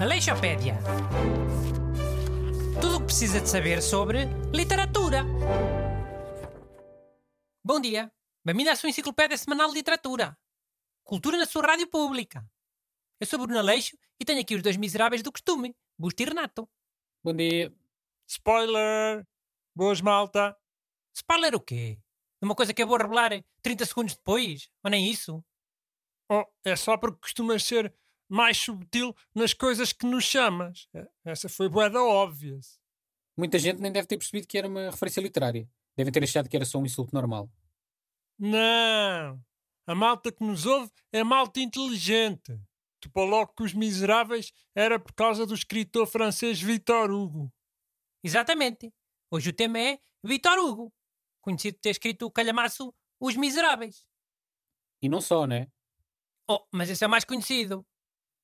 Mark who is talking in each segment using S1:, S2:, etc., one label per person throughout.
S1: Aleixopédia. Tudo o que precisa de saber sobre literatura. Bom dia. Bem-vindo à sua enciclopédia semanal de literatura. Cultura na sua rádio pública. Eu sou Bruno Aleixo e tenho aqui os dois miseráveis do costume, Busto e Renato.
S2: Bom dia.
S3: Spoiler! Boas malta!
S1: Spoiler o quê? Uma coisa que eu vou revelar 30 segundos depois? Ou nem isso?
S3: Oh, é só porque costumas ser mais subtil nas coisas que nos chamas. É, Essa foi bué da óbvia.
S2: Muita gente nem deve ter percebido que era uma referência literária. Devem ter achado que era só um insulto normal.
S3: Não! A malta que nos ouve é malta inteligente. Tu para logo que os miseráveis era por causa do escritor francês Victor Hugo.
S1: Exatamente. Hoje o tema é Vitor Hugo, conhecido por ter escrito o calhamaço Os Miseráveis.
S2: E não só, né?
S1: Oh, mas esse é o mais conhecido.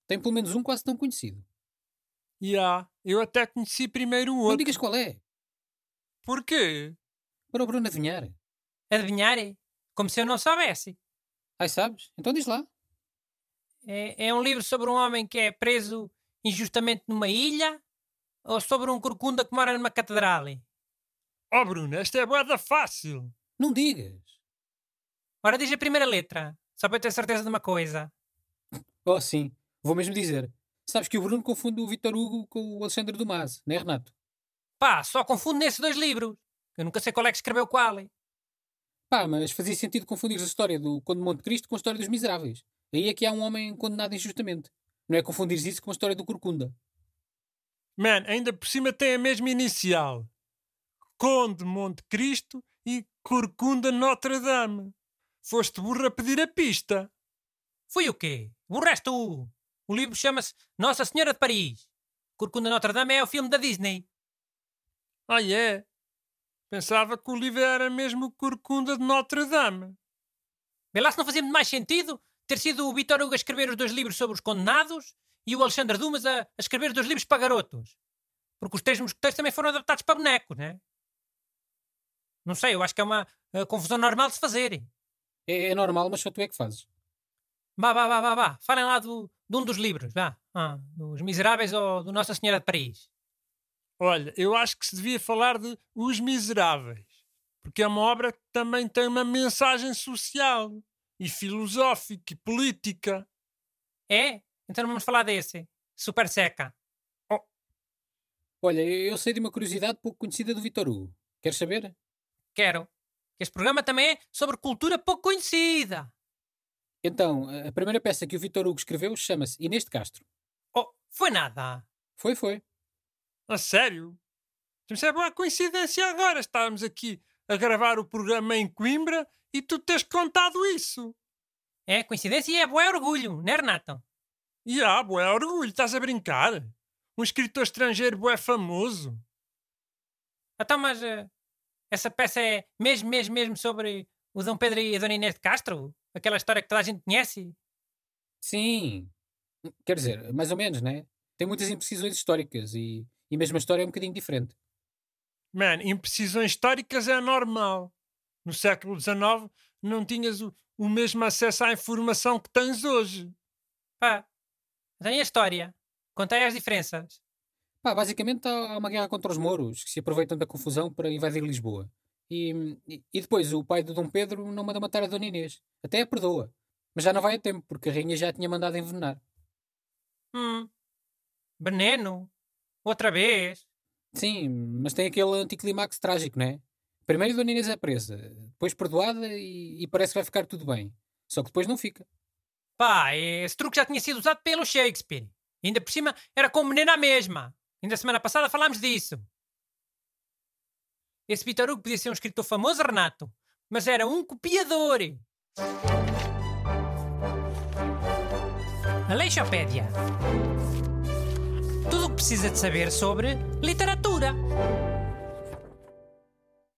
S2: Tem pelo menos um quase tão conhecido.
S3: E há, eu até conheci primeiro o
S2: Não
S3: outro.
S2: digas qual é.
S3: Porquê?
S2: Para o Bruno adivinhar.
S1: Adivinharem? é, Como se eu não soubesse.
S2: Ai, sabes? Então diz lá.
S1: É, é um livro sobre um homem que é preso injustamente numa ilha ou sobre um corcunda que mora numa catedral?
S3: Oh Bruno, esta é bué da fácil.
S2: Não digas.
S1: Ora, diz a primeira letra, só para eu ter certeza de uma coisa.
S2: Oh, sim. Vou mesmo dizer. Sabes que o Bruno confunde o Vitor Hugo com o Alexandre Dumas, né, Renato?
S1: Pá, só confundo nesses dois livros. Eu nunca sei qual é que escreveu qual.
S2: Pá, mas fazia sentido confundir a história do Conde de Monte Cristo com a história dos miseráveis. Aí é que há um homem condenado injustamente. Não é confundir isso com a história do Corcunda.
S3: Man, ainda por cima tem a mesma inicial. Conde Monte Cristo e Corcunda Notre Dame. Foste burro a pedir a pista.
S1: Foi o quê? Borraste tu! O livro chama-se Nossa Senhora de Paris. Corcunda Notre Dame é o filme da Disney.
S3: Ah, é? Pensava que o livro era mesmo Corcunda de Notre Dame.
S1: Vê lá se não fazia muito mais sentido ter sido o Vitor Hugo a escrever os dois livros sobre os condenados e o Alexandre Dumas a, a escrever os dois livros para garotos. Porque os três mosqueteiros também foram adaptados para bonecos, né? Não sei, eu acho que é uma eh, confusão normal de se fazer.
S2: É, é normal, mas só tu é que fazes.
S1: Vá, vá, vá, vá, vá. Falem lá do, de um dos livros, vá. Ah, dos Miseráveis ou do Nossa Senhora de Paris.
S3: Olha, eu acho que se devia falar de Os Miseráveis, porque é uma obra que também tem uma mensagem social e filosófica e política.
S1: É? Então vamos falar desse. Super seca.
S2: Olha, eu eu sei de uma curiosidade pouco conhecida do Vitor Hugo. Queres saber?
S1: Quero. Que Este programa também é sobre cultura pouco conhecida.
S2: Então, a a primeira peça que o Vitor Hugo escreveu chama-se Inês de Castro.
S1: Oh, foi nada.
S2: Foi, foi.
S3: A sério? Mas é uma coincidência agora estarmos aqui a gravar o programa em Coimbra e tu tens contado isso.
S1: É coincidência e é bom orgulho, né, Renato?
S3: E há, bué orgulho, estás a brincar? Um escritor estrangeiro bué famoso.
S1: Então, mas eh, essa peça é mesmo, mesmo, mesmo sobre o Dom Pedro e a Dona Inês de Castro? Aquela história que toda a gente conhece?
S2: Sim. Quer dizer, mais ou menos, né? Tem muitas imprecisões históricas e, e mesmo a história é um bocadinho diferente.
S3: Man, imprecisões históricas é normal. No século XIX não tinhas o, o mesmo acesso à informação que tens hoje.
S1: Pá. Então e a história? Contei as diferenças.
S2: Pá, basicamente há há uma guerra contra os mouros que se aproveitam da confusão para invadir Lisboa. E, e, e depois o pai do Dom Pedro não manda matar a Dona Inês. Até a perdoa. Mas já não vai a tempo, porque a rainha já a tinha mandado envenenar.
S1: Hum. Veneno. Outra vez.
S2: Sim, mas tem aquele anticlimax trágico, não é? Primeiro Dona Inês é presa, depois perdoada e, e parece que vai ficar tudo bem. Só que depois não fica.
S1: Pá, esse truque já tinha sido usado pelo Shakespeare. Ainda por cima era com veneno à mesma. Ainda semana passada falámos disso. Esse Vitor Hugo podia ser um escritor famoso, Renato, mas era um copiador. Aleixopédia. Tudo o que precisa de saber sobre literatura.